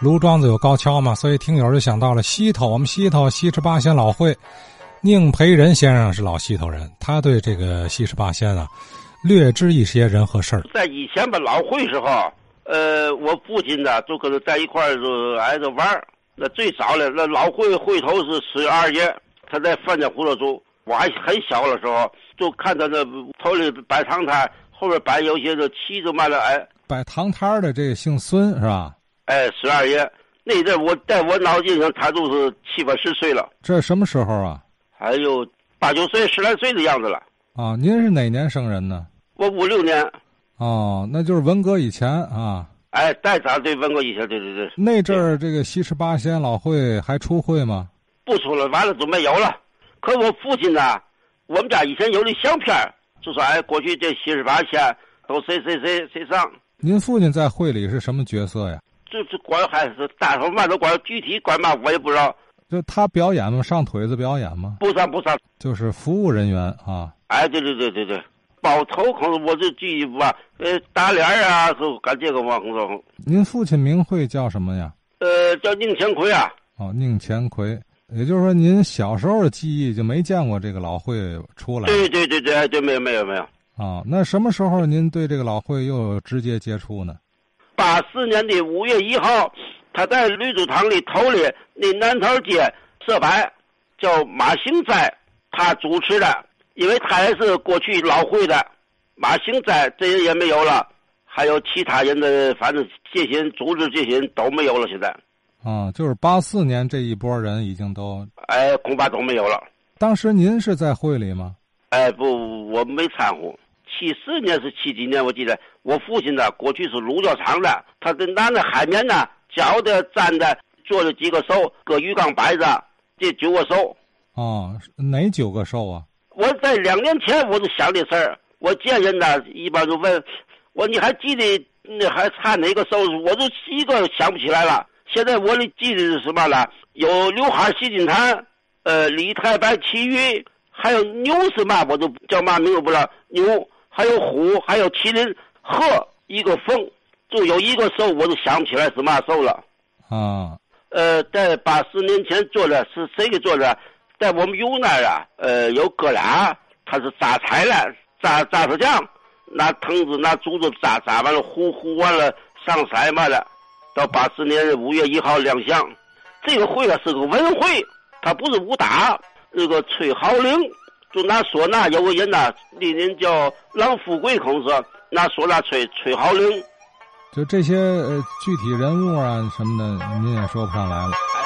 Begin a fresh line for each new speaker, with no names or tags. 卢庄子有高跷嘛，所以听友就想到了西头。我们西头西十八仙老会，宁培仁先生是老西头人，他对这个西十八仙啊，略知一些人和事儿。
在以前吧，老会时候，呃，我父亲呢就跟他在一块儿就挨着玩儿。那最早了，那老会会头是十月二爷，他在范家胡同住。我还很小的时候，就看他那头里摆长摊，后边摆有些这七就卖了，哎
摆糖摊儿的这个姓孙是吧？
哎，十二爷那阵儿我在我脑筋上，他就是七八十岁了，
这是什么时候啊？
还有八九岁、十来岁的样子了。
啊，您是哪年生人呢？
我五六年，
哦，那就是文革以前啊。
哎，在咱这问过一下，对对对，
那阵儿这个西十八仙老会还出会吗？
不出了，完了就没有了。可我父亲呢，我们家以前有的相片儿，就说哎，过去这七十八县都谁谁谁谁上，
您父亲在会里是什么角色呀？
这这管还是大头嘛都管，具体管嘛我也不知道。
就他表演吗？上腿子表演吗？
不上不上，
啊就是服务人员啊。
哎，对对对对对，包头可能我就记忆不吧，呃，打脸儿啊，就干这个嘛，可能
您父亲名讳叫什么呀？
呃，叫宁乾奎啊，
哦，宁乾奎。也就是说，您小时候的记忆就没见过这个老会出来
对对对对，哎对，没有没有没有，
啊？那什么时候您对这个老会又有直接接触呢？
八四年的五月一号，他在绿竹堂里头里那南头街设牌，叫马兴斋，他主持的，因为他也是过去老会的，马兴斋这人也没有了，还有其他人的，反正这些人组织这些人都没有了，现在，
啊，就是八四年这一波人已经都，
哎，恐怕都没有了，
当时您是在会里吗？
哎，不，我没掺和。七四年是七几年，我记得我父亲呢，过去是乳教场的，他跟男的海绵呢，脚的站的，做了几个手，搁鱼缸摆着，这九个手。
啊，哪九个寿啊？
我在两年前我就想这事儿，我见人呢，一般就问我你还记得那还差哪个手？我就一个想不起来了。现在我里记得是什么了？有刘海西锦坛，呃，李太白齐鱼，还有牛是嘛？我都叫嘛名我不知道。牛，还有虎，还有麒麟、鹤，一个凤，就有一个兽，我都想不起来是嘛兽了。
啊，
呃，在八十年前做的是谁给做的？在我们油那儿啊，呃，有哥俩，他是扎柴了，扎扎手酱，拿藤子拿竹子扎扎完了，糊糊完了上色嘛了。到八十年五月一号亮相，这个会啊是个文会，它不是武打。那个吹号令，就拿唢呐，有个人呐、那人叫郎富贵，可能是拿唢呐吹吹号令。
就这些呃具体人物啊什么的，您也说不上来了。
哎，